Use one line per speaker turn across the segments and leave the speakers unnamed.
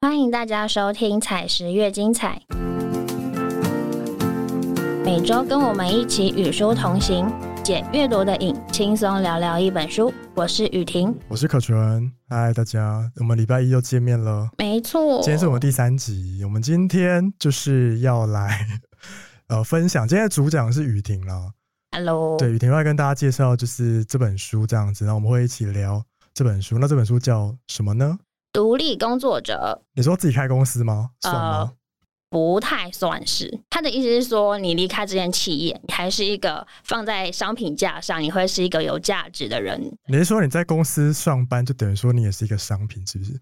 欢迎大家收听《采石月精彩》，每周跟我们一起与书同行，解阅读的瘾，轻松聊聊一本书。我是雨婷，
我是可纯，嗨大家，我们礼拜一又见面了。
没错，
今天是我们第三集，我们今天就是要来 呃分享，今天的主讲是雨婷啦。
Hello，
对，雨婷会跟大家介绍就是这本书这样子，然后我们会一起聊这本书。那这本书叫什么呢？
独立工作者
你说自己开公司吗？算
呃
吗？
不太算是。他的意思是说，你离开这间企业，你还是一个放在商品架上，你会是一个有价值的人。
你是说你在公司上班，就等于说你也是一个商品，是不是？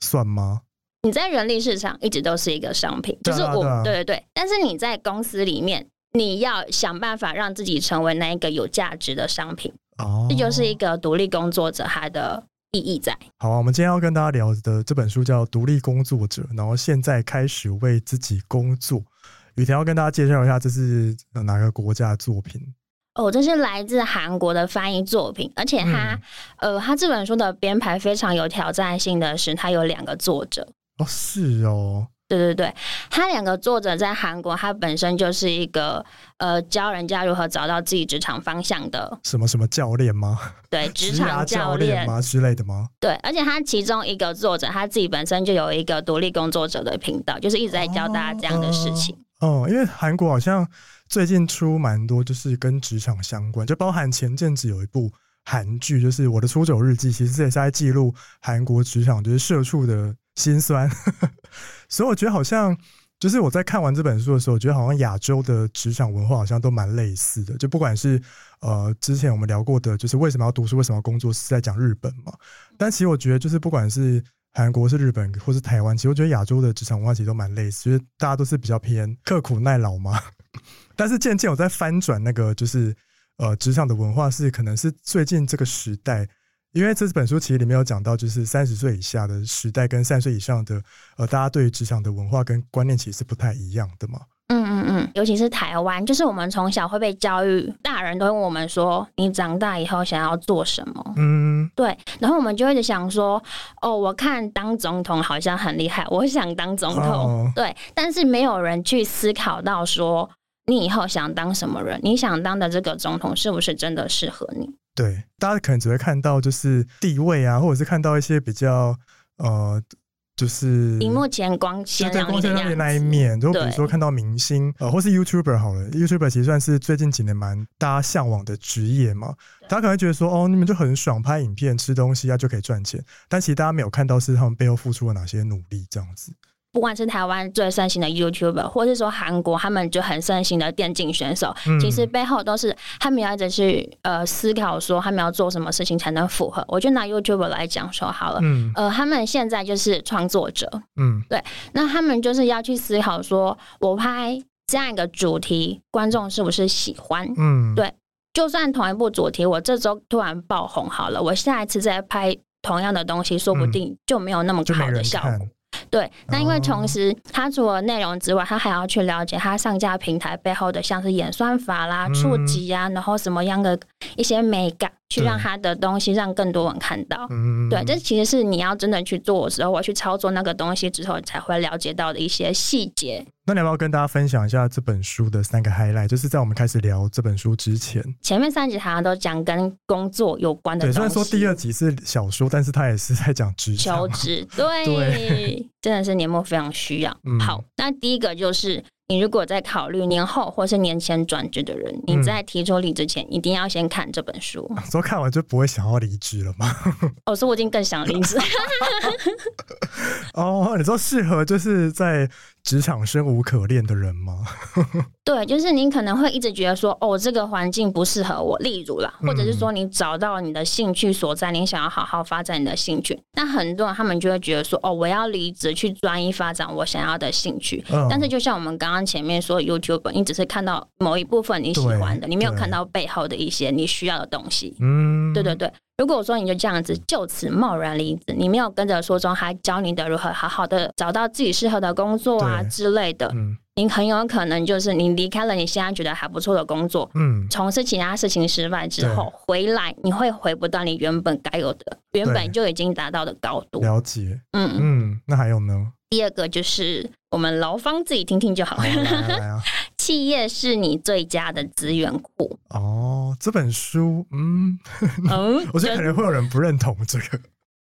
算吗？
你在人力市场一直都是一个商品，就
对啊
是我，
对啊
对对对。但是你在公司里面，你要想办法让自己成为那一个有价值的商品，
哦，
这就是一个独立工作者他的意义在。
好啊，我们今天要跟大家聊的这本书叫《独立工作者》，然后现在开始为自己工作。雨田要跟大家介绍一下，这是呃哪个国家的作品？
哦，这是来自韩国的翻译作品，而且他、
嗯
呃，他这本书的编排非常有挑战性的是，他有两个作者，
哦，是哦，
对对对，他两个作者在韩国，他本身就是一个呃教人家如何找到自己职场方向的，
什么什么教练吗？
对职
职涯
场
教
教
练
练，
吗之类的吗？
对，而且他其中一个作者他自己本身就有一个独立工作者的频道，就是一直在教大家这样的事情。
哦，因为韩国好像最近出蛮多，就是跟职场相关，就包含前阵子有一部韩剧，就是《我的出走日记》，其实也是在记录韩国职场就是社畜的辛酸。 所以我觉得好像，就是我在看完这本书的时候，我觉得好像亚洲的职场文化好像都蛮类似的。就不管是呃之前我们聊过的，就是为什么要读书，为什么要工作，是在讲日本嘛。但其实我觉得，就是不管是韩国、是日本或是台湾，其实我觉得亚洲的职场文化其实都蛮类似，就是大家都是比较偏刻苦耐劳嘛。 但是渐渐我在翻转那个，就是呃职场的文化是可能是最近这个时代。因为这本书其实里面有讲到，就是三十岁以下的时代跟三十岁以上的呃，大家对于职场的文化跟观念其实是不太一样的嘛。
嗯嗯嗯，尤其是台湾，就是我们从小会被教育，大人都会问我们说，你长大以后想要做什么？
嗯，
对，然后我们就会一直想说，哦，我看当总统好像很厉害，我想当总统。
哦
对，但是没有人去思考到说，你以后想当什么人，你想当的这个总统是不是真的适合你？
对，大家可能只会看到就是地位啊，或者是看到一些比较呃，就是
荧幕前光
嗯就
鲜
对
亮丽
光鲜
的
亮丽那一
样子。
面，就比如
对
说看到明星，呃，或是 YouTuber 好了，YouTuber 其实算是最近几年蛮大家向往的职业嘛。大家可能会觉得说，哦，你们就很爽，拍影片、吃东西啊就可以赚钱，但其实大家没有看到是他们背后付出了哪些努力，这样子。
不管是台湾最盛行的 YouTuber，或是说韩国他们就很盛行的电竞选手，
嗯
其实背后都是他们要一直去呃思考说他们要做什么事情才能符合。我就拿 YouTuber 来讲说好了。
嗯
呃，他们现在就是创作者，
嗯，
那他们就是要去思考说，我拍这样一个主题，观众是不是喜欢？
嗯，
对就算同一部主题，我这周突然爆红好了，我下一次再拍同样的东西，说不
嗯
定就没有那么
就没
好的
人
效果
看。。
对，那因为
哦
同时，他除了内容之外，他还要去了解他上架平台背后的像是演算法啦、
嗯
触及啊，然后什么样的一些美感，去
对
让他的东西让更多人看到。
嗯，
对，这其实是你要真的去做的时候，我去操作那个东西之后，才会了解到的一些细节。
那你要不要跟大家分享一下这本书的三个 highlight？就是在我们开始聊这本书之前，
前面三集好像都讲跟工作有关的
对，
东西，
虽然说第二集是小说，但是它也是在讲职
求
场。
职，对，
对
真的是年末非常需要。
嗯
好，那第一个就是你如果在考虑年后或是年前转职的人，你
嗯
在提出离职前，一定要先看这本 书。
说看完就不会想要离职了吗？
哦，所以我已经更想离职。
哦，你说适合就是在职场生无可恋的人吗？
对，就是你可能会一直觉得说，哦，这个环境不适合我，例如啦，
嗯
或者是说你找到你的兴趣所在，你想要好好发展你的兴趣。那很多人他们就会觉得说，哦，我要离职去专一发展我想要的兴趣。
嗯，
但是就像我们刚刚前面说，YouTube，你只是看到某一部分你喜欢的，
对
你没有
对
看到背后的一些你需要的东西。
嗯，
对对对，如果说你就这样子就此贸然离职，你没有跟着说中他教你的如何好好的找到自己适合的工作啊
对
之类的，
嗯
你很有可能就是你离开了你现在觉得还不错的工作，
嗯，
从事其他事情失败之
对
后回来，你会回不到你原本该有的、原
对
本就已经达到的高度。
了解。
嗯，
嗯，那还有呢？
第二个就是我们劳方自己听听就好
好，来啊来啊！
企业是你最佳的资源 库。
哦，这本书，嗯，
嗯，
我觉
就
得可能会有人不认同这个，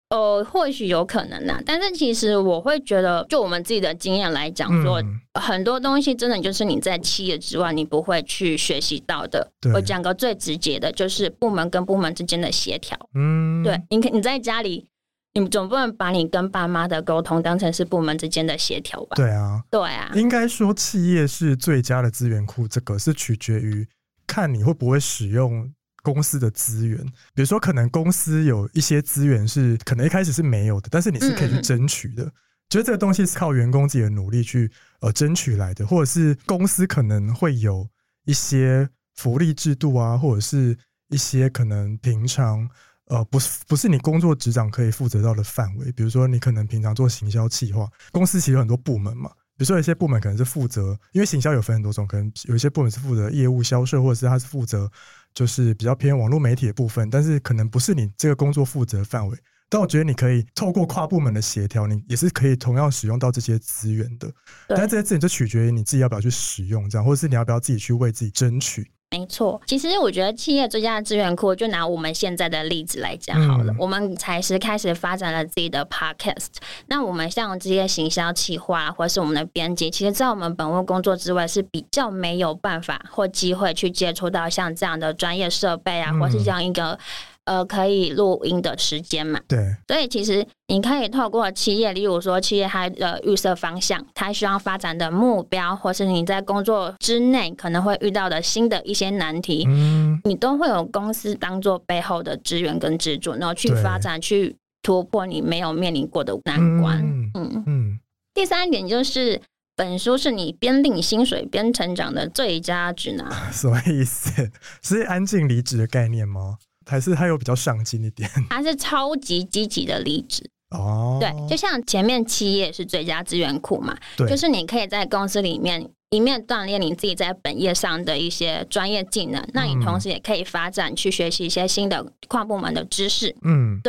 呃，或许有可能呐、但是其实我会觉得，就我们自己的经验来讲，说、
嗯
很多东西真的就是你在企业之外你不会去学习到的
对。
我讲个最直接的，就是部门跟部门之间的协调。
嗯，
对，你可你在家里，你总不能把你跟爸妈的沟通当成是部门之间的协调吧？
对啊，
对啊，
应该说企业是最佳的资源库，这个是取决于看你会不会使用。公司的资源，比如说，可能公司有一些资源是可能一开始是没有的，但是你是可以
嗯
去
嗯嗯
争取的。觉得这个东西是靠员工自己的努力去呃争取来的，或者是公司可能会有一些福利制度啊，或者是一些可能平常呃不是不是你工作职掌可以负责到的范围，比如说你可能平常做行销企划，公司其实有很多部门嘛。比如说，有一些部门可能是负责，因为行销有分很多种，可能有一些部门是负责业务销售，或者是他是负责就是比较偏网络媒体的部分，但是可能不是你这个工作负责的范围。但我觉得你可以透过跨部门的协调，你也是可以同样使用到这些资源的。
对啊
但这些资源就取决于你自己要不要去使用，这样，或者是你要不要自己去为自己争取。
没错。其实我觉得企业最佳的资源库，就拿我们现在的例子来讲好了。
嗯
我们才是开始发展了自己的 podcast。那我们像这些行销企划啊或是我们的编辑，其实，在我们本务工作之外，是比较没有办法或机会去接触到像这样的专业设备啊，
嗯
或是这样一个呃可以录音的时间嘛。
对，
所以其实你可以透过企业，例如说企业它的预设方向，它希望发展的目标，或是你在工作之内可能会遇到的新的一些难题，
嗯，
你都会有公司当做背后的支援跟支柱，然后去
对
发展去突破你没有面临过的难关。
嗯
嗯，
嗯，
第三点就是。本书是你边领薪水边成长的最佳指南，
嗯什么意思？ 是安静离职的概念吗？还是它有比较上进一点？
它是超级积极的离职。
哦，
对，就像前面企业是最佳资源库嘛，
对
就是你可以在公司里面一面锻炼你自己在本业上的一些专业技能，那你同时也可以发展去学习一些新的跨部门的知识，
嗯，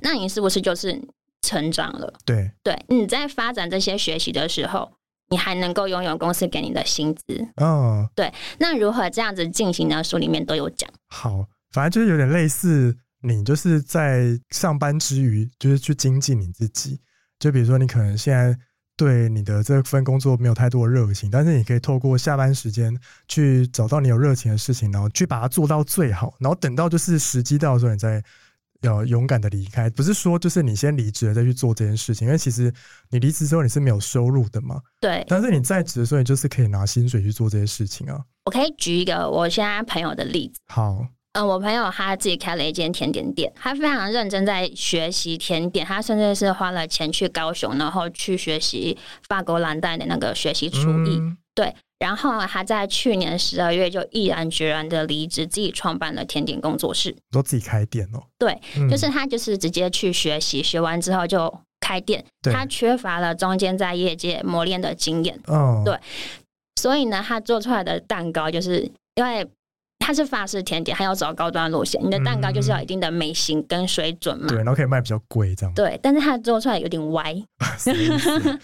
那你是不是就是成长了？
对，
对，你在发展这些学习的时候。你还能够拥有公司给你的薪资，
嗯，
那如何这样子进行呢？书里面都有讲。
好，反正就是有点类似你就是在上班之余，就是去精进你自己。就比如说，你可能现在对你的这份工作没有太多的热情，但是你可以透过下班时间去找到你有热情的事情，然后去把它做到最好，然后等到就是时机到的时候，你再。要勇敢的离开，不是说就是你先离职了再去做这件事情，因为其实你离职之后你是没有收入的嘛，
对
但是你在职的时候你就是可以拿薪水去做这些事情啊。
我可以举一个我现在朋友的例子。
好，
嗯，我朋友他自己开了一间甜点店，他非常认真在学习甜点，他甚至是花了钱去高雄，然后去学习法国蓝带的那个学习厨艺。
嗯
然后啊他在去年十二月就毅然决然的离职，自己创办了甜点工作室。
都自己开店哦。
对
嗯，
就是他就是直接去学习，学完之后就开店。
对
他缺乏了中间在业界磨练的经验，
嗯，
对所以呢，他做出来的蛋糕就是因为它是法式甜点，还要走高端路线，你的蛋糕就是要有一定的美型跟水准嘛。
嗯对，然后可以卖比较贵这样。
对，但是它做出来有点歪。
什么意 思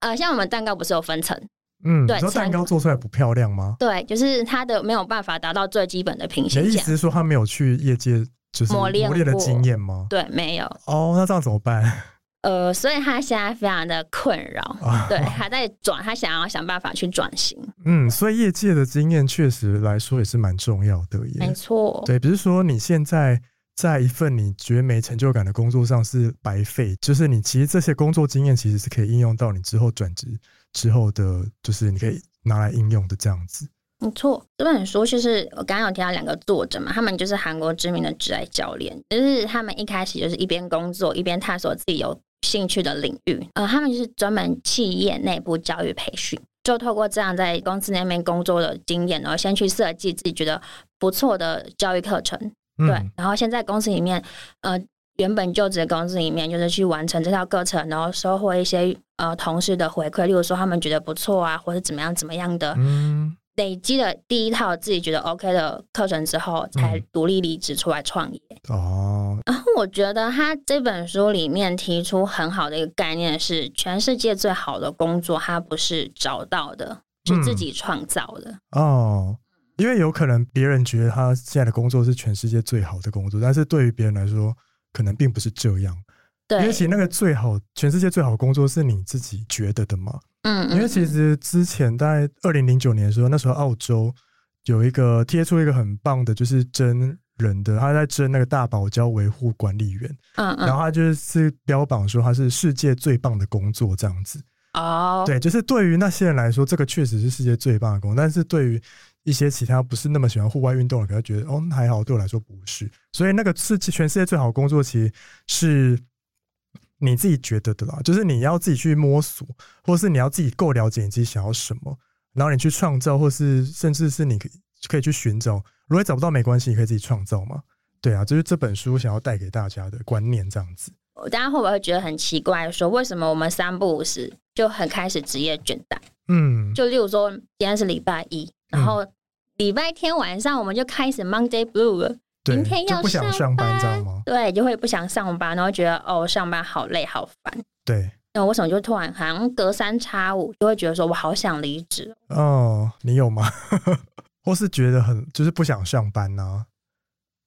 呃，像我们蛋糕不是有分层，
嗯，
对
你说
餐
蛋糕做出来不漂亮吗？
对，就是它的没有办法达到最基本的平
你的
行
意
线
思。是说他没有去业界就是
磨练
的
过
经验吗？
对，没有。
哦，那这样怎么办？
呃，所以他现在非常的困扰。
啊
对，，他在转，他想要想办法去转型。
嗯，所以业界的经验确实来说也是蛮重要的
没
耶。
错，
对，比如说你现在在一份你觉得没成就感的工作上是白费，就是你其实这些工作经验其实是可以应用到你之后转职之后的，就是你可以拿来应用的这样子。
没错。这本书就是我刚刚有提到两个作者嘛，他们就是韩国知名的挚爱教练，就是他们一开始就是一边工作一边探索自己有兴趣的领域。呃，他们就是专门企业内部教育培训。就透过这样在公司那边工作的经验，然后先去设计自己觉得不错的教育课程，
嗯、
对，然后现在公司里面，呃，原本就职的公司里面，就是去完成这套课程，然后收获一些呃同事的回馈，例如说他们觉得不错啊，或者怎么样怎么样的
嗯，
累积了第一套自己觉得 OK 的课程之后，才
嗯
独立离职出来创业。
哦，
然后我觉得他这本书里面提出很好的一个概念是，全世界最好的工作，它不是找到的，是自
嗯
己创造的。
哦，因为有可能别人觉得他现在的工作是全世界最好的工作，但是对于别人来说，可能并不是这样。
对，
因为其实那个最好，全世界最好的工作是你自己觉得的嘛。
嗯，
因为其实之前在二零零九年的时候，那时候澳洲有一个贴出一个很棒的，就是真人的，他在争那个大堡礁维护管理员，
嗯
然
嗯
后他就是标榜说他是世界最棒的工作这样子。
哦，
对，就是对于那些人来说，这个确实是世界最棒的工作，但是对于一些其他不是那么喜欢户外运动的，可能觉得哦那还好，对我来说不是。所以那个是全世界最好的工作，其实是你自己觉得的啦，就是你要自己去摸索，或是你要自己够了解你自己想要什么，然后你去创造，或是甚至是你可以可以去寻找。如果找不到没关系，你可以自己创造嘛。对啊，这就是这本书想要带给大家的观念，这样子。
大家会不会觉得很奇怪？说为什么我们三不五时就很开始职业倦怠？
嗯，
就例如说，今天是礼拜一，然后礼拜天晚上我们就开始 Monday Blue 了。
对，
明天
就
要
不想上班，知道吗？
对，就会不想上班，然后觉得哦，上班好累好烦。
对。
那为什么就突然好像隔三差五就会觉得说我好想离职？
哦，你有吗？ 或是觉得很就是不想上班呐、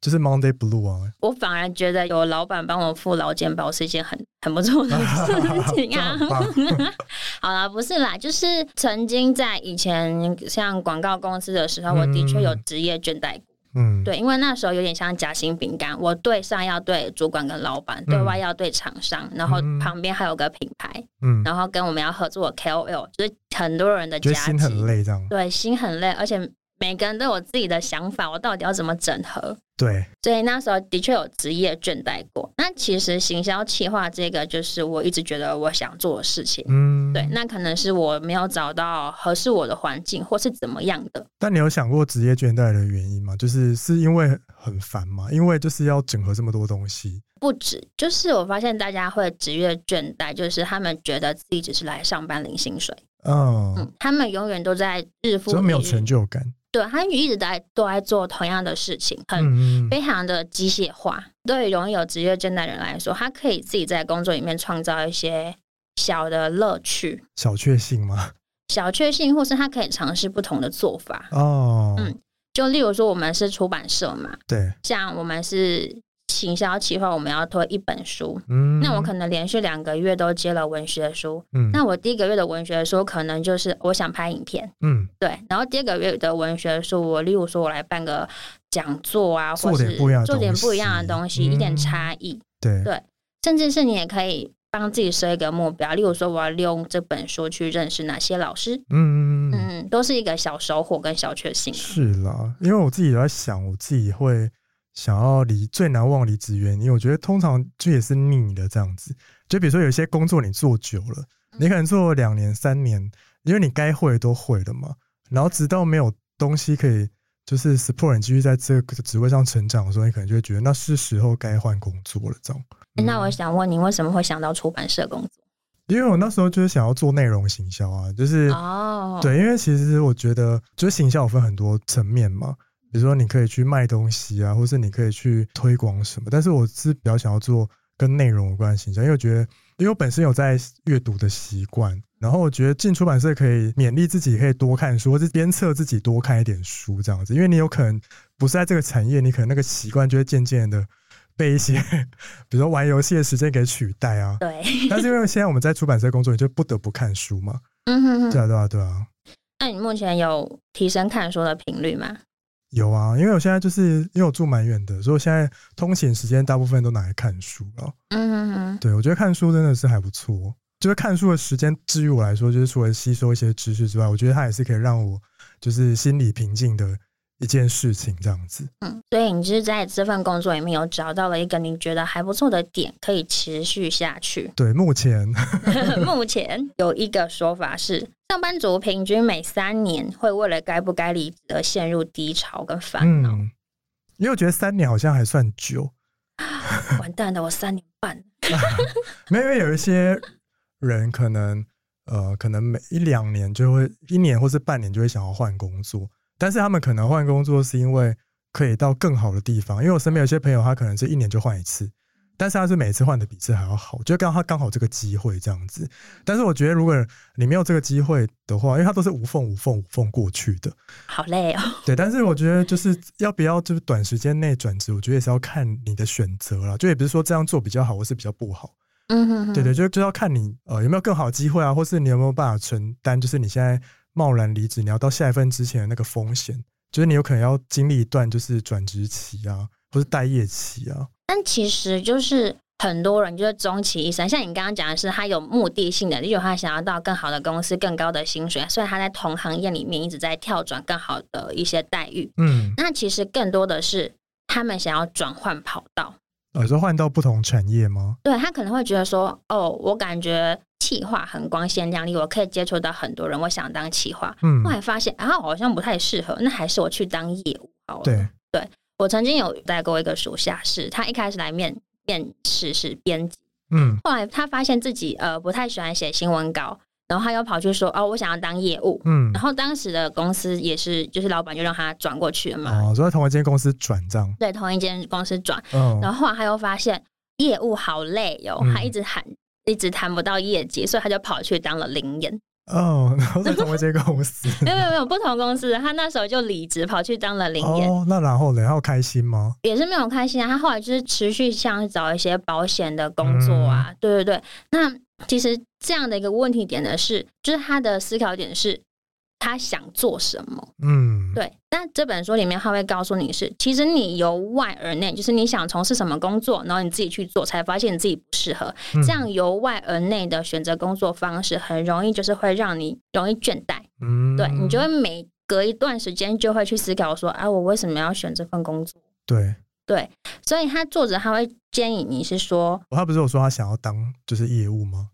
就是 Monday Blue 啊，
我反而觉得有老板帮我付劳健保是一件很 很不错的事情 啊
这。很棒
好啦，不是啦，就是曾经在以前像广告公司的时候，我的确有
嗯
职业倦怠过。
嗯，
对，因为那时候有点像夹心饼干，我对上要对主管跟老板，对外要对厂商，然后
嗯
旁边还有个品牌，
嗯，
然后跟我们要合作的 KOL，就是很多人的
觉
夹
得
击，
心很累这样，
对，心很累，而且每个人都有自己的想法，我到底要怎么整合？
对，
所以那时候的确有职业倦怠过。那其实行销企划这个，就是我一直觉得我想做的事情。
嗯，
对，。那可能是我没有找到合适我的环境，或是怎么样的。
但你有想过职业倦怠的原因吗？就是是因为很烦嘛，因为就是要整合这么多东西，
不止，就是我发现大家会职业倦怠，就是他们觉得自己只是来上班领薪水，
嗯，
嗯，他们永远都在日复
所以没有
一日
成，就感，
对他们一直在都在做同样的事情，很、
嗯嗯
非常的机械化。对于容易有职业倦怠的人来说，他可以自己在工作里面创造一些小的乐趣、
小确幸嘛，
小确幸，或是他可以尝试不同的做法。
哦，
嗯就例如说，我们是出版社嘛，
对，
像我们是行销企划，我们要推一本书，
嗯，
那我可能连续两个月都接了文学书，
嗯，
那我第一个月的文学书可能就是我想拍影片，
嗯，
对，然后第二个月的文学书，我例如说我来办个讲座啊，
做
或
点
是
不一样的
做点
东
不一样
西
的东西，一点
嗯
差异，
对，
对甚至是你也可以帮自己设一个目标，例如说我要利用这本书去认识哪些老师，
嗯嗯嗯嗯，
嗯，都是一个小收获跟小确幸啊。
是啦，因为我自己有在想，我自己会想要离最难忘离职原因，我觉得通常就也是腻了这样子。就比如说有些工作你做久了，
嗯
你可能做两年三年，因为你该会的都会了嘛，然后直到没有东西可以就是 support 你继续在这个职位上成长的时候，你可能就会觉得那是时候该换工作了这样。
那
嗯
我想问你，为什么会想到出版社工作？
因为我那时候就是想要做内容行销啊，就是
哦，，
对，因为其实我觉得，就是行销有分很多层面嘛，比如说你可以去卖东西啊，或是你可以去推广什么。但是我是比较想要做跟内容有关的行销，因为我觉得，因为我本身有在阅读的习惯，然后我觉得进出版社可以勉励自己，可以多看书，或是鞭策自己多看一点书这样子。因为你有可能不是在这个产业，你可能那个习惯就会渐渐的被一些， 比如说玩游戏的时间给取代 啊。
对，
但是因为现在我们在出版社工作，你就不得不看书嘛。
嗯哼哼
对啊，对啊，对啊。
那你目前有提升看书的频率吗？
有啊，因为我现在就是因为我住蛮远的，所以我现在通勤时间大部分都拿来看书了。
嗯哼哼，
对，我觉得看书真的是还不错。就是看书的时间，至于我来说，就是除了吸收一些知识之外，我觉得它也是可以让我就是心理平静的一件事情，这样子。。
嗯，所以你是在这份工作里面有找到了一个你觉得还不错的点，可以持续下 去
对，目前
目前有一个说法是，上班族平均每三年会为了该不该离职而陷入低潮跟烦恼。
嗯，因为我觉得三年好像还算久，
完蛋了，我三年半。
没有因为有一些人可能呃，可能每一两年就会一年或是半年就会想要换工作，但是他们可能换工作是因为可以到更好的地方，因为我身边有些朋友他可能是一年就换一次，但是他是每次换的比这还要好，就刚好他刚好这个机会这样子。但是我觉得如果你没有这个机会的话，因为他都是无缝无缝无缝过去的，
好累哦。
对，但是我觉得就是要不要就是短时间内转职，我觉得也是要看你的选择啦，就也不是说这样做比较好或是比较不好。
嗯哼哼，
对对，就就要看你呃有没有更好的机会啊，或是你有没有办法承担，就是你现在贸然离职，你要到下一份之前的那个风险，就是你有可能要经历一段就是转职期啊，或是待业期啊。
但其实就是很多人就是终其一生，像你刚刚讲的是，他有目的性的，例如他想要到更好的公司、更高的薪水，所以他在同行业里面一直在跳转更好的一些待遇。
嗯，
那其实更多的是他们想要转换跑道，
呃，说换到不同产业吗？
对他可能会觉得说，哦，我感觉企划很光鲜亮丽，我可以接触到很多人，我想当企划。
嗯
后，来发现啊，我好像不太适合，那还是我去当业务好了。
对，
我曾经有带过一个属下是，他一开始来面面试是编辑，
嗯
后来他发现自己呃不太喜欢写新闻稿，然后他又跑去说哦，我想要当业务。
嗯
然，后当时的公司也是，就是老板就让他转过去了嘛，
哦，说在同一间公司转账，
对，同一间公司转。
嗯，
然后后来他又发现业务好累哟、
嗯
他一直喊，一直谈不到业绩，所以他就跑去当了零 演。
哦，然后在同一间公司，
没有没有没有，不同公司的，他那时候就离职跑去当了零演。
哦，那然后呢？然后开心吗？
也是没有开心啊。他后来就是持续像找一些保险的工作啊，
嗯
对对对。那其实这样的一个问题点呢是，就是他的思考点是他想做什么。
嗯，
对，那这本书里面他会告诉你是，其实你由外而内，就是你想从事什么工作，然后你自己去做，才发现你自己不适合。
嗯
这样由外而内的选择工作方式，很容易就是会让你容易倦怠。
嗯
对你就会每隔一段时间就会去思考说，啊，我为什么要选这份工作？
对，
所以他作者他会建议你是说，
他不是有说他想要当就是业务吗？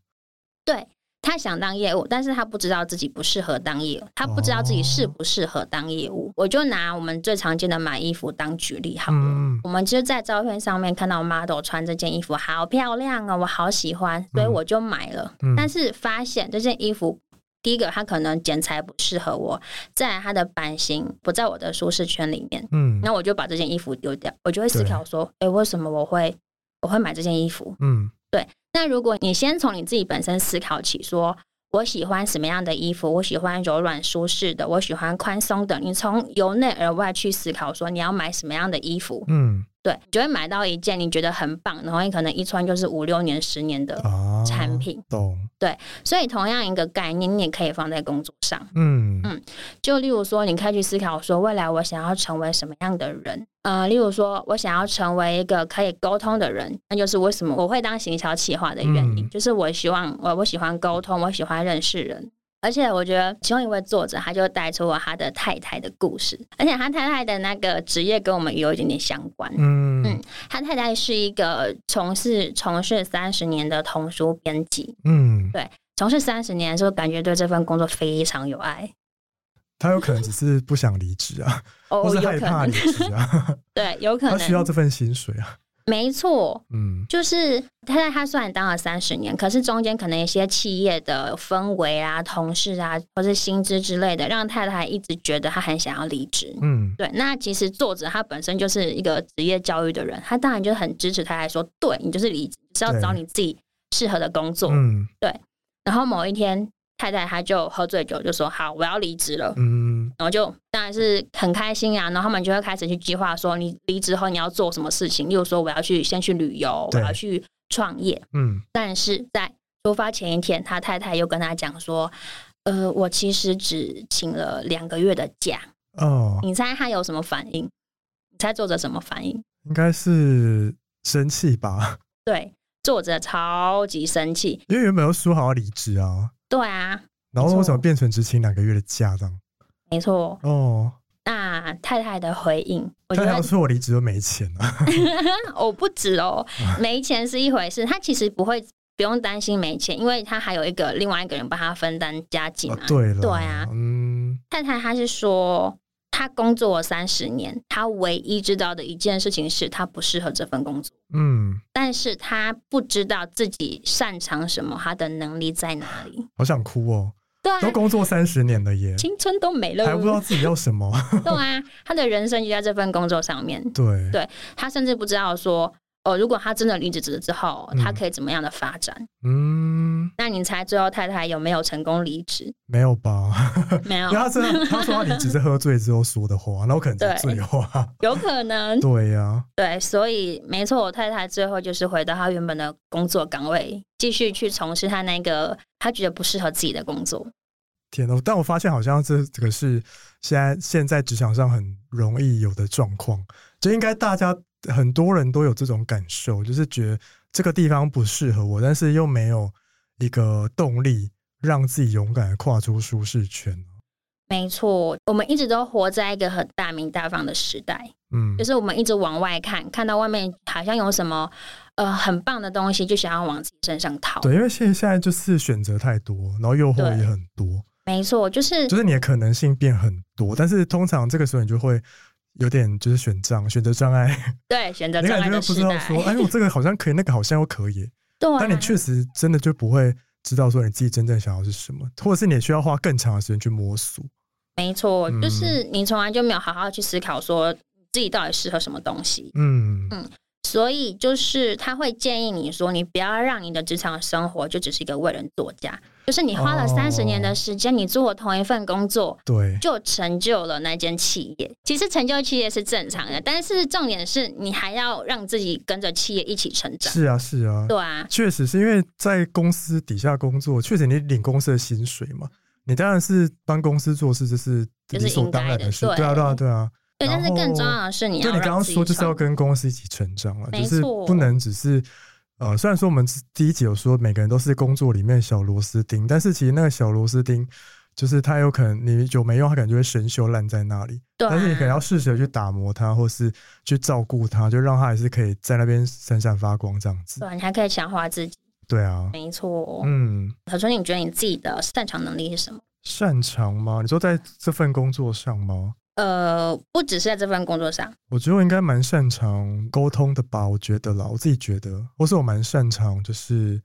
对他想当业务，但是他不知道自己不适合当业务，他不知道自己
哦
适不适合当业务。我就拿我们最常见的买衣服当举例好了。
嗯嗯
我们就在照片上面看到 model 穿这件衣服好漂亮哦，我好喜欢，所以我就买了。
嗯
但是发现这件衣服，第一个它可能剪裁不适合我，再来它的版型不在我的舒适圈里面，
嗯
那我就把这件衣服丢掉。我就会思考说，诶，为什么我会我会买这件衣服？
嗯
那如果你先从你自己本身思考起说，我喜欢什么样的衣服？我喜欢柔软舒适的，我喜欢宽松的。你从由内而外去思考，说你要买什么样的衣服，
嗯
对，你就会买到一件你觉得很棒，然后你可能一穿就是五六年、十年的。
啊，
产品
懂，
所以同样一个概念，你也可以放在工作上。
嗯
嗯就例如说，你可以去思考说，未来我想要成为什么样的人？呃，例如说我想要成为一个可以沟通的人，那就是为什么我会当行销企划的原因，
嗯
就是我希望我我喜欢沟通，我喜欢认识人。而且我觉得其中一位作者他就带出了他的太太的故事，而且他太太的那个职业跟我们有一点点相关。
嗯
嗯他太太是一个从事从事三十年的童书编辑，
嗯，
从事三十年的时候，感觉对这份工作非常有爱。
他有可能只是不想离职啊，
哦，
或是
有
害
可
怕
能
离，职 啊，
对，有可
他
能
需要这份薪水啊，
没错，
嗯
就是他在他虽然当了三十年，可是中间可能一些企业的氛围啊、同事啊，或是薪资之类的，让太太一直觉得他很想要离职。
嗯
对，那其实作者他本身就是一个职业教育的人，他当然就很支持太太说，对你就是离职，就是要
对
找你自己适合的工作。
嗯
然后某一天，太太她就喝醉酒，就说：“好，我要离职了。”
嗯
然后就当然是很开心啊，然后他们就会开始去计划说，你离职后你要做什么事情，例如说我要去先去旅游，我
对
要去创业。
嗯
但是在出发前一天，他太太又跟他讲说，呃，我其实只请了两个月的假，
哦，
你猜他有什么反应？你猜作者什么反应？
应该是生气吧，
对，作者超级生气。
因为原本有说好要离职啊，
对啊，
然后为什么
没错
变成只请两个月的假这样？
没错。
哦，
那太太的回应，我觉
他
得
要说我离职都没钱啊，
哦，不止哦，没钱是一回事，他其实不会不用担心没钱，因为他还有一个另外一个人帮他分担家计嘛。啊
哦对了，
对啊，
啊嗯
太太她是说，他工作了三十年，他唯一知道的一件事情是他不适合这份工作，
嗯，
但是他不知道自己擅长什么，他的能力在哪里。
好想哭哦，
对啊
都，工作三十年了耶，
青春都没了，
还不知道自己要什么。
对啊，他的人生就在这份工作上面，
对，
对他甚至不知道说，哦，如果他真的离职之后，
嗯
他可以怎么样的发展？
嗯，
那你猜最后太太有没有成功离职？
没有吧？
没有
因为，他真的，他说他你只是喝醉之后说的话，那我可能就是
对
醉话。
有可能，
对呀、
对，所以没错，我太太最后就是回到她原本的工作岗位，继续去从事她那个她觉得不适合自己的工作。
天呐！但我发现好像这这个是现在现在职场上很容易有的状况，就应该大家很多人都有这种感受，就是觉得这个地方不适合我，但是又没有一个动力让自己勇敢的跨出舒适圈。啊
没错，我们一直都活在一个很大名大放的时代，
嗯
就是我们一直往外看，看到外面好像有什么呃很棒的东西，就想要往自己身上套。
对，因为现现在就是选择太多，然后诱惑也很多，
没错， 就是
就是你的可能性变很多，但是通常这个时候你就会有点就是选障、选择障碍，
对选择
你
障碍
感觉
的
不
时
知道
代。
说，哎，我这个好像可以，那个好像又可以，
对啊，
但你确实真的就不会知道说你自己真正想要是什么，或者是你也需要花更长的时间去摸索。
没错，
嗯
就是你从来就没有好好去思考说自己到底适合什么东西。
嗯
嗯所以就是他会建议你说，你不要让你的职场生活就只是一个为人作嫁，就是你花了
哦
三十年的时间，你做同一份工作。
对，
就成就了那间企业，其实成就企业是正常的，但是重点是你还要让自己跟着企业一起成长，
是啊，是啊，
对啊，
确实是因为在公司底下工作，确实你领公司的薪水嘛，你当然是帮公司做事，这是
就是
理所当然
应该
事。
的
对啊，
对
对啊，对啊。
对。
然
但
后
是更重要的是，你
就
要
你刚
让
刚
自己
说，就是要
成
跟公司一起成长了，
没
就是不
错
能只是。呃，虽然说我们第一集有说每个人都是工作里面小螺丝钉，但是其实那个小螺丝钉，就是它有可能你久没用，它感觉会生锈烂在那里。
对
但是你可能
啊，
要适时的去打磨它，或是去照顾它，就让它还是可以在那边闪闪发光这样子
对。啊，你还可以强化自己，
对啊，
没错。
嗯，
小春，你觉得你自己的擅长能力是什么？
擅长吗？你说在这份工作上吗？
呃，不只是在这份工作 上，
我觉得我应该蛮擅长沟通的吧，我觉得啦，我自己觉得，或是我蛮擅长就是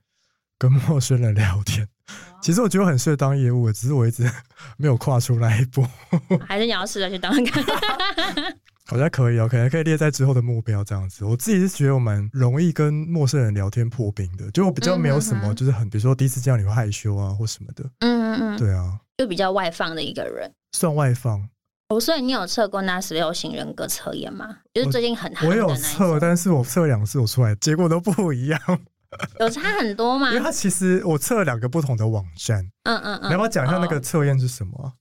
跟 陌生人聊天。
哦
其实我觉得我很适合当业务的，只是我一直 没有跨出那一步。
还是你要试着去当一个
好像可以哦，可能可以列在之后的目标这样子。我自己是觉得我蛮容易跟陌生人聊天破冰的，就我比较没有什
嗯哼
么，
哼
就是很比如说第一次见到你会害羞啊或什么的。
嗯嗯，嗯，
对啊，
就比较外放的一个人。
算 外放，
哦，所以你有测过那十六型人格测验吗？就是最近很夯
我
的那
有
一
测，
种
但是我测两次我出来结果都不一 样，
啊有差很多吗
因？为它其实我测了两个不同的网站。
嗯嗯
你
嗯。
要不要讲一下那个测验是什么啊？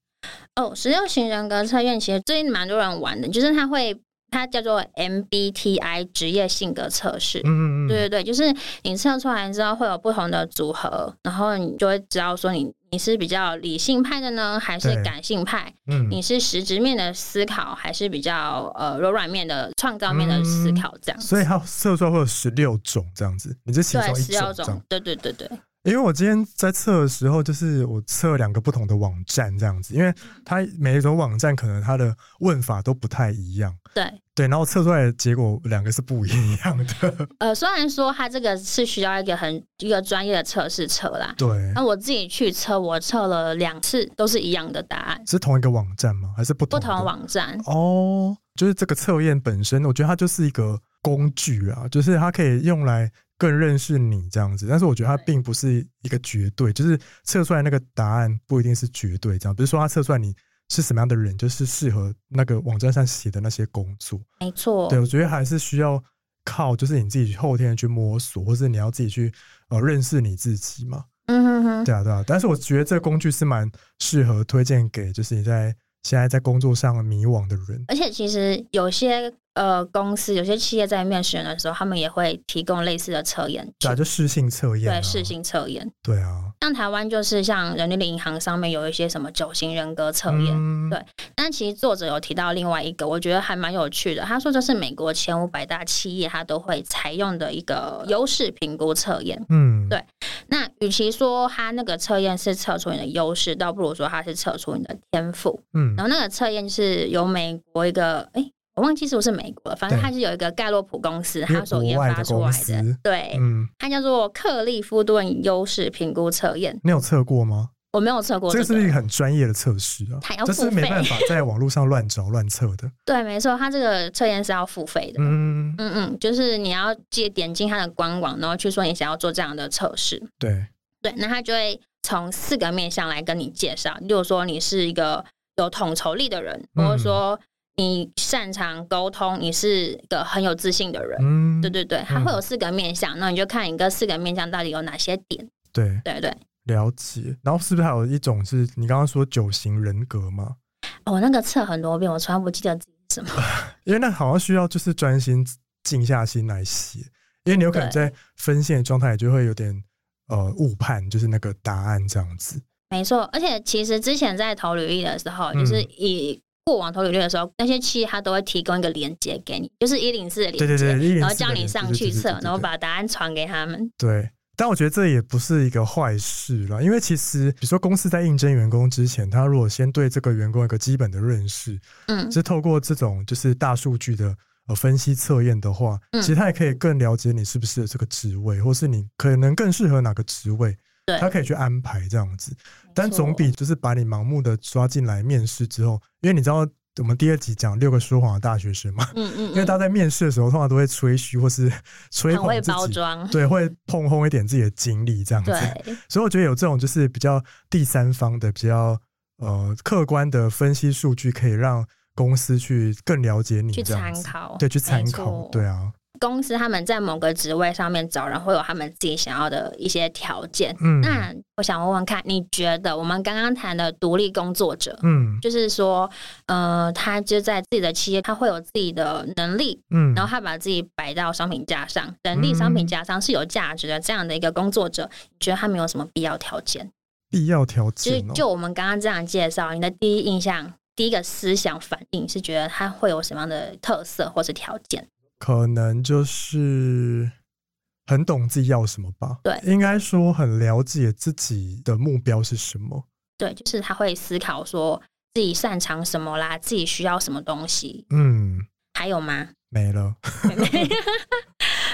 哦，十六型人格测验其实最近蛮多人玩的，就是它会，它叫做 MBTI 职业性格测试。
嗯嗯
对对
嗯，
对，就是你测出来之后会有不同的组合，然后你就会知道说你你是比较理性派的呢，还是
对
感性派？
嗯
你是实质面的思考，还是比较呃柔软面的创造面的思
嗯
考这样子？
所以它测出来会有十六种这样子，你这其
对，
中一
十六
种这样
种。，对对对对，
因为我今天在测的时候，就是我测两个不同的网站这样子，因为它每一种网站可能它的问法都不太一样，
对，
对，然后测出来的结果两个是不一样的，
呃，虽然说它这个是需要一个很一个专业的测试测啦，
对，
那我自己去测，我测了两次都是一样的答案，
是同一个网站吗？还是不
不
同的？
同网站，
哦，就是这个测验本身，我觉得它就是一个工具啊，就是它可以用来更认识你这样子，但是我觉得它并不是一个绝对，就是测出来那个答案不一定是绝对这样，不是说它测出来你是什么样的人，就是适合那个网站上写的那些工作。
没错
对，，我觉得还是需要靠就是你自己后天去摸索，或是你要自己去呃认识你自己嘛。
嗯哼哼，
对啊，对啊。但是我觉得这个工具是蛮适合推荐给就是你在现在在工作上迷惘的人。
而且其实有些呃公司、有些企业在面试人的时候，他们也会提供类似的测验，
对啊，就试性测验、啊。
对试。性测验。
对啊。
像台湾就是像人力银行上面有一些什么九型人格测验，
嗯
对但其实作者有提到另外一个，我觉得还蛮有趣的。他说这是美国前五百大企业它都会采用的一个优势评估测验。
嗯，
对那与其说他那个测验是测出你的优势，倒不如说他是测出你的天赋。
嗯
然后那个测验是由美国一个哎。我忘记是不是美国了，反正
对
它是有一个盖洛普公司，
个
它所研
国外的
发出
公
来
司
的，对，
嗯，
它叫做克利夫顿优势评估测验。
你有测过吗？
我没有测过这
这个
个，
是不是一个很专业的测试啊
它要？
这是
付
没
费
办法在网络上乱找乱测 的。
对，没错，它这个测验是要付费的。嗯
嗯，
嗯就是你要借点进它的官网，然后去说你想要做这样的测试。
对，
对，那它就会从四个面向来跟你介绍，例如说你是一个有统筹力的人，
嗯
或者说你擅长沟通，你是一个很有自信的人。
嗯，
对对对，它
嗯
会有四个面向，那你就看你这四个面向到底有哪些点。
对，
对对，
了解。然后是不是还有一种是你刚刚说九型人格嘛？
哦我、那个测很多遍，我从来不记得自己是什么。
因为那好像需要就是专心静下心来写，因为你有可能在分线的状态就会有点呃误判，就是那个答案这样子。
没错，而且其实之前在投履历的时候，
嗯
就是以过往投履历的时候，那些企业它都会提供一个连接给你，就是一零四的连接，
对对对104
然后叫你上去测
的连接对对对对对，对
然后把答案传给他们。
对，但我觉得这也不是一个坏事啦，因为其实比如说公司在应征员工之前，他如果先对这个员工有个基本的认识，
嗯，
是透过这种就是大数据的呃分析测验的话，
嗯
其实他也可以更了解你是不是这个职位，或是你可能更适合哪个职位，
对
他可以去安排这样子。但
没错
总比就是把你盲目的抓进来面试之后，因为你知道我们第二集讲六个说谎的大学生嘛，
嗯嗯
因为
嗯，
大家在面试的时候通常都会吹嘘或是 吹
很
捧
会
自
包
己。
装，
对，会碰轰一点自己的经历这样子，
对，
所以我觉得有这种就是比较第三方的、比较呃客观的分析数据，可以让公司去更了解你
去
这样
参
子，
考，
对，去参
没
考
错，
对。啊，
公司他们在某个职位上面找人，会有他们自己想要的一些条件。
嗯
那我想问问看，你觉得我们刚刚谈的独立工作者，
嗯
就是说，呃，他就在自己的企业，他会有自己的能力，
嗯，
然后他把自己摆到商品架上，能力商品架上是有价值的这样的一个工作者，你觉得他没有什么必要条件？
必要条
就是
件、哦，
就我们刚刚这样介绍，你的第一印象、第一个思想反应是觉得他会有什么样的特色或是条件？
可能就是很懂自己要什么吧，
对
应该说很了解自己的目标是什么，
对，就是他会思考说自己擅长什么啦，自己需要什么东西，
嗯，
还有吗？
没了，嗯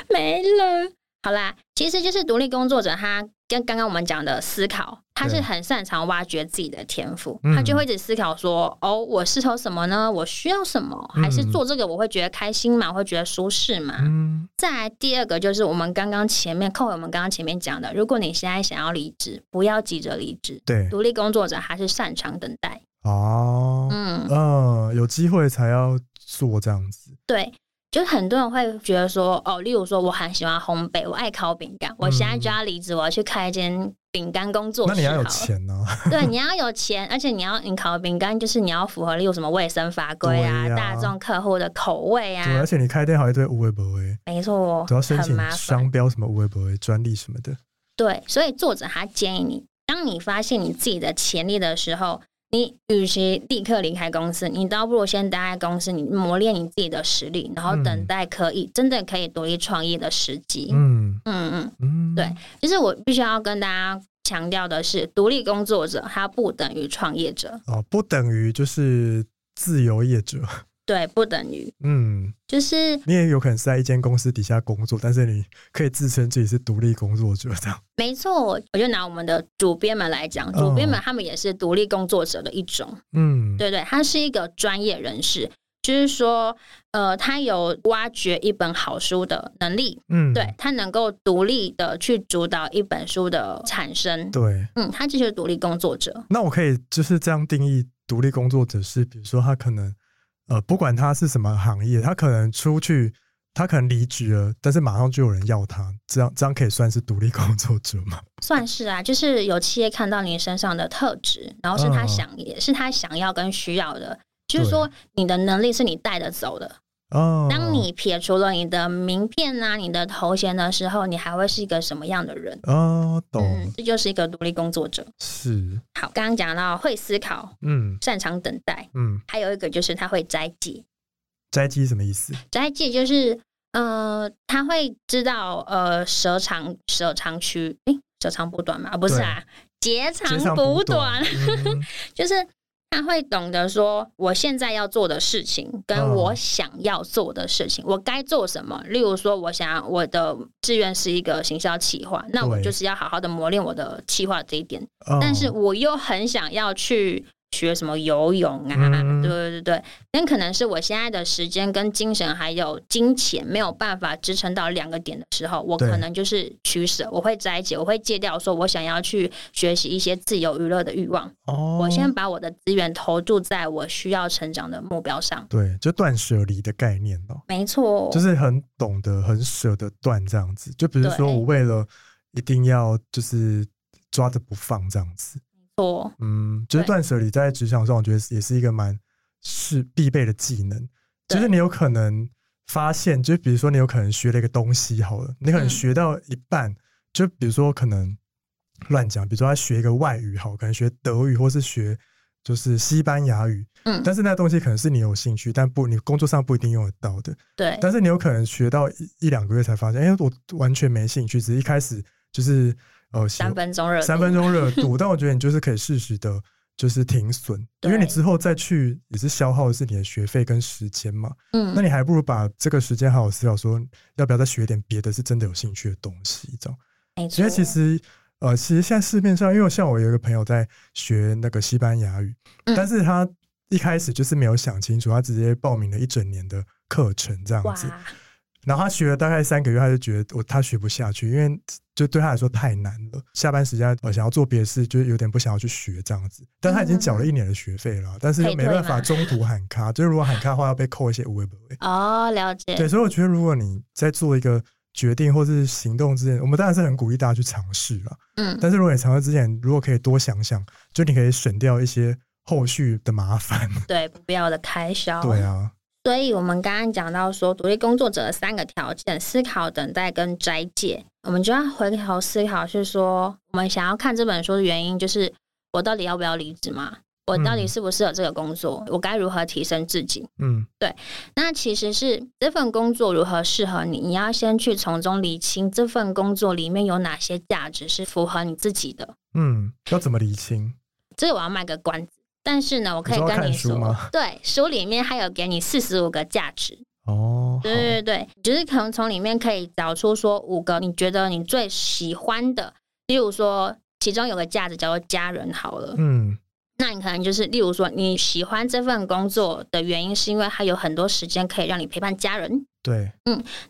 没了。好啦，其实就是独立工作者，他跟刚刚我们讲的思考，他
对
是很擅长挖掘自己的天赋，
嗯
他就会一直思考说：哦，我适合什么呢？我需要什么？
嗯
还是做这个我会觉得开心吗？我会觉得舒适吗？
嗯
再来第二个就是我们刚刚前面扣回我们刚刚前面讲的，如果你现在想要离职，不要急着离职。
对，
独立工作者还是擅长等待，
哦，
嗯，
嗯，有机会才要做这样子，
对，就是很多人会觉得说，哦，例如说我很喜欢烘焙，我爱烤饼干，我现在就要离职，我要去开一间饼干工作室。
嗯那你要有
好了
钱呢、
对，你要有钱，而且你要你烤饼干，就是你要符合例如什么卫生法规啊、
对啊
大众客户的口味
对，而
啊，
且你开店好一堆无微不微，
没错，
都要申
很
请
麻烦。
商标什么无微不微专利什么的。
对，所以作者他建议你，当你发现你自己的潜力的时候。你与其立刻离开公司，你倒不如先待在公司，你磨练你自己的实力，然后
嗯
等待可以、真的可以独立创业的时机。
嗯
嗯嗯，
嗯，
对，就是我必须要跟大家强调的是，独立工作者他不等于创业者，
哦，不等于就是自由业者。
对，不等于，
嗯，
就是
你也有可能是在一间公司底下工作，但是你可以自称自己是独立工作者这样。
没错。我就拿我们的主编们来讲，
哦
主编们他们也是独立工作者的一种，
嗯，
对对，他是一个专业人士。就是说，呃，他有挖掘一本好书的能力，
嗯，
对他能够独立的去主导一本书的产生，
对。
嗯，他就是独立工作者，
那我可以就是这样定义独立工作者是，比如说他可能呃，不管他是什么行业，他可能出去。他可能离职了，但是马上就有人要他，这样 这样可以算是独立工作者吗？
算是啊，就是有企业看到你身上的特质，然后是他
嗯
想，也是他想要跟需要的。就是说，你的能力是你带着走的。
哦，
当你撇除了你的名片啊、你的头衔的时候，你还会是一个什么样的人？
哦，懂、
嗯，这就是一个独立工作者。
是，
好，刚刚讲到会思考、
嗯
擅长等待，
嗯，
还有一个就是他会斋戒。
斋鸡什么意思？
斋戒就是，呃，他会知道呃舌长舌长区，诶，久长补短嘛，啊不是啊，截
截
长
长
补
补
短，
嗯
就是他会懂得说我现在要做的事情，跟
嗯
我想要做的事情，我该做什么。例如说，我想要我的志愿是一个行销企划，那我
对
就是要好好的磨练我的企划这一点。
哦
但是我又很想要去学什么游泳啊，
嗯
对对对，那可能是我现在的时间跟精神还有金钱没有办法支撑到两个点的时候，我
对
可能就是取舍，我会摘解，我会戒掉，说我想要去学习一些自由娱乐的欲望，
哦，
我先把我的资源投注在我需要成长的目标上。
对，就断舍离的概念哦，
没错，
就是很懂得、很舍得断这样子。就比如说，
对
我为了一定要就是抓着不放这样子，
错，
嗯，就是
对
断舍离在职场上，我觉得也是一个蛮是必备的技能。
对
就是你有可能发现，就比如说你有可能学了一个东西好了，你可能
嗯
学到一半，就比如说可能乱讲，比如说他学一个外语好，可能学德语或是学就是西班牙语，
嗯，
但是那东西可能是你有兴趣，但不你工作上不一定用得到的。
对，
但是你有可能学到一一两个月才发现，哎、我完全没兴趣，只是一开始就是呃喜
三分钟热度，
三分 钟热度，但我觉得你就是可以适时的，就是停损，因为你
对
之后再去也是消耗的是你的学费跟时间嘛。
嗯，
那你还不如把这个时间好好思考，说要不要再学点别的是真的有兴趣的东西，这样。
没
因
错，
为其实呃，其实现在市面上，因为像我有一个朋友在学那个西班牙语，
嗯
但是他一开始就是没有想清楚，他直接报名了一整年的课程这样
哇，
子。然后他学了大概三个月，他就觉得我他学不下去，因为就对他来说太难了。下班时间呃想要做别的事，就有点不想要去学这样子。但他已经缴了一年的学费了，但是又没办法
嗯配
中途喊卡，就是如果喊卡的话要被扣一些无为不为。
哦，了解，
对，所以我觉得如果你在做一个决定或是行动之前，我们当然是很鼓励大家去尝试啦。
嗯，
但是如果你尝试之前，如果可以多想想，就你可以省掉一些后续的麻烦。
对，不必要的开销，
对啊，
所以，我们刚刚讲到说，独立工作者的三个条件：思考、等待跟斋戒。我们就要回头思考，是说我们想要看这本书的原因，就是我到底要不要离职嘛？我到底
嗯
适不适合这个工作？我该如何提升自己？
嗯，
那其实是这份工作如何适合你，你要先去从中理清这份工作里面有哪些价值是符合你自己的。
嗯，要怎么理清？
这个我要卖个关子。但是呢，我可以
你说要
跟你
看书
说
吗，
对，书里面还有给你四十五个价值，
哦，好
对对对，就是可能从里面可以找出说五个你觉得你最喜欢的，例如说其中有个价值叫做家人好了，
嗯，
那你可能就是例如说你喜欢这份工作的原因是因为它有很多时间可以让你陪伴家人，
对，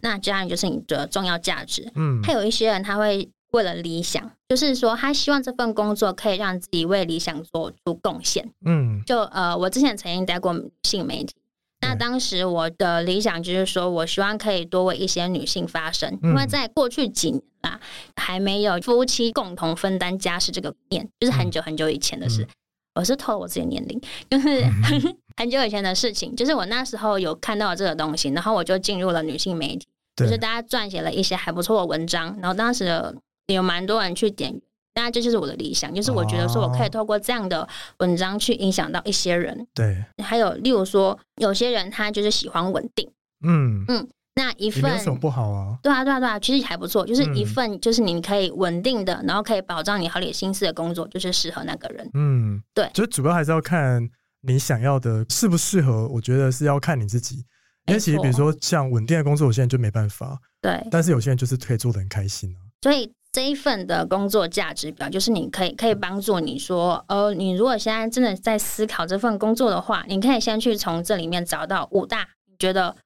那家人就是你的重要价值。
嗯，
还有一些人他会为了理想，就是说他希望这份工作可以让自己为理想做出贡献。
嗯，
就呃，我之前曾经待过女性媒体，那
对
当时我的理想就是说，我希望可以多为一些女性发声，
嗯
因为在过去几年啦，还没有夫妻共同分担家事这个念，就是很久很久以前的事。
嗯
我是透露我自己的年龄，就是 很久以前的事情，就是我那时候有看到这个东西，然后我就进入了女性媒体，就
对
是大家撰写了一些还不错的文章，然后当时的有蛮多人去点阅，那这就是我的理想，就是我觉得说我可以
哦
透过这样的文章去影响到一些人。
对，
还有，例如说，有些人他就是喜欢稳定，
嗯，
那一
也
份
没有什么不好啊。
对啊对啊对啊，其实还不错，就是一
嗯
份就是你可以稳定的，然后可以保障你合理心思的工作，就是适合那个人。
嗯，
对
就主要还是要看你想要的适不适合，我觉得是要看你自己。因
没
为其实比如
错
说像稳定的工作，有些人就没办法，
对，
但是有些人就是可以做的很开心啊。
所以这一份的工作价值表，就是你可以可以帮助你说，呃，你如果现在真的在思考这份工作的话，你可以先去从这里面找到五大你觉得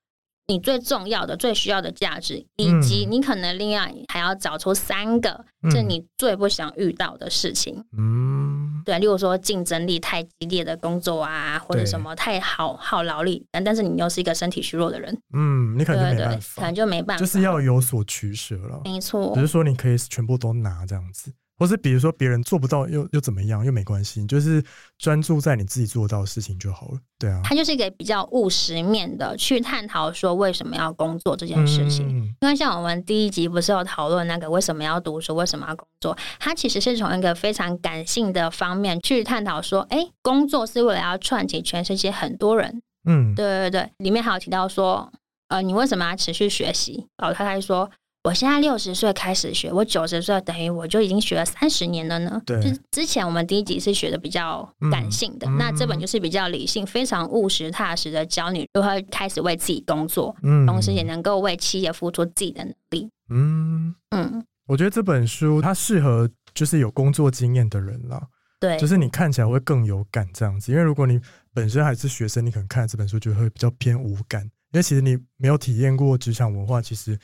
你最重要的、最需要的价值，以及
嗯
你可能另外还要找出三个
嗯
是你最不想遇到的事情。
嗯，
对，例如说竞争力太激烈的工作啊，或者
对
什么太耗耗劳力，但但是你又是一个身体虚弱的 人，
嗯，你可
对
能就
对
没
对
办，
可能
法，
就没办法，
就是要有所取舍了。
没错
不，是说你可以全部都拿这样子，或是比如说别人做不到又又怎么样，又没关系，你就是专注在你自己做到的事情就好了。对啊，
它就是一个比较务实面的去探讨说为什么要工作这件事情。
嗯
因为像我们第一集不是有讨论那个为什么要读书，为什么要工作，它其实是从一个非常感性的方面去探讨说，哎，工作是为了要串起全世界很多人。
嗯，
对对对，里面还有提到说，呃，你为什么要持续学习？老太太说。我现在六十岁开始学，我九十岁等于我就已经学了三十年了呢。
对
就是之前我们第一集是学的比较感性的，
嗯
那这本就是比较理性，非常务实踏实的教你如何开始为自己工作，
嗯
同时也能够为企业付出自己的能力。
嗯，
嗯，
我觉得这本书它适合就是有工作经验的人啦，
对，
就是你看起来会更有感这样子。因为如果你本身还是学生，你可能看这本书就会比较偏无感，因为其实你没有体验过职场文化，其实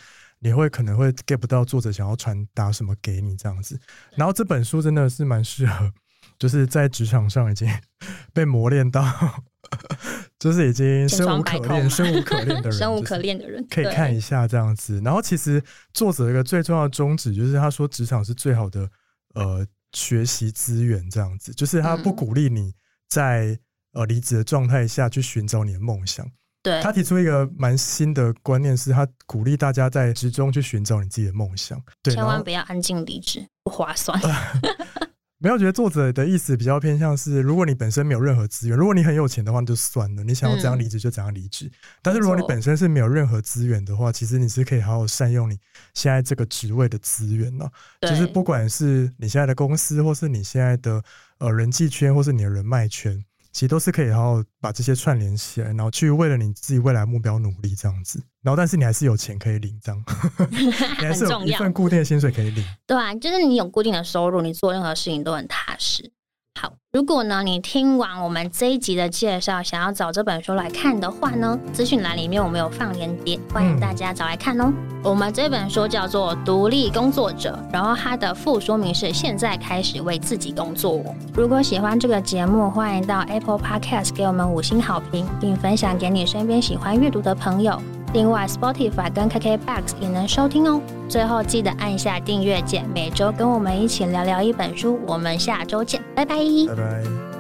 你会可能会 get 不到作者想要传达什么给你这样子。然后这本书真的是蛮适合，就是在职场上已经被磨练到，就是已经
千
生
疮
无
百孔
可恋、
嘛
生无可恋的人，
生无
就是
可恋的人
可以
对
看一下这样子。然后其实作者有一个最重要的宗旨就是他说职场是最好的呃学习资源，这样子就是他不
嗯
鼓励你在呃离职的状态下去寻找你的梦想。
对
他提出一个蛮新的观念，是他鼓励大家在职中去寻找你自己的梦想。对，
千
然
万
后呃
不要安静离职，不划算。
没有觉得作者的意思比较偏向是，如果你本身没有任何资源，如果你很有钱的话那就算了，你想要怎样
嗯
离职就怎样离职。但是
没
如果你
错
本身是没有任何资源的话，其实你是可以好好善用你现在这个职位的资源呢、
对，
就是 不管是你现在的公司，或是你现在的呃人际圈，或是你的人脉圈，其实都是可以好好把这些串联起来，然后去为了你自己未来目标努力这样子。然后，但是你还是有钱可以领，这样你还
很
是有
重
一
要。
份固定的薪水可以领。
对啊，就是你有固定的收入，你做任何事情都很踏实。好，如果呢你听完我们这一集的介绍，想要找这本书来看的话呢，资讯栏里面我们有放链接，欢迎大家找来看哦。我们这本书叫做《独立工作者》，然后它的副说明是“现在开始为自己工作”。如果喜欢这个节目，欢迎到 Apple Podcast 给我们五星好评，并分享给你身边喜欢阅读的朋友。另外，Spotify 跟 KKBox 也能收听哦。最后记得按下订阅键，每周跟我们一起聊聊一本书。我们下周见，拜拜。
拜拜。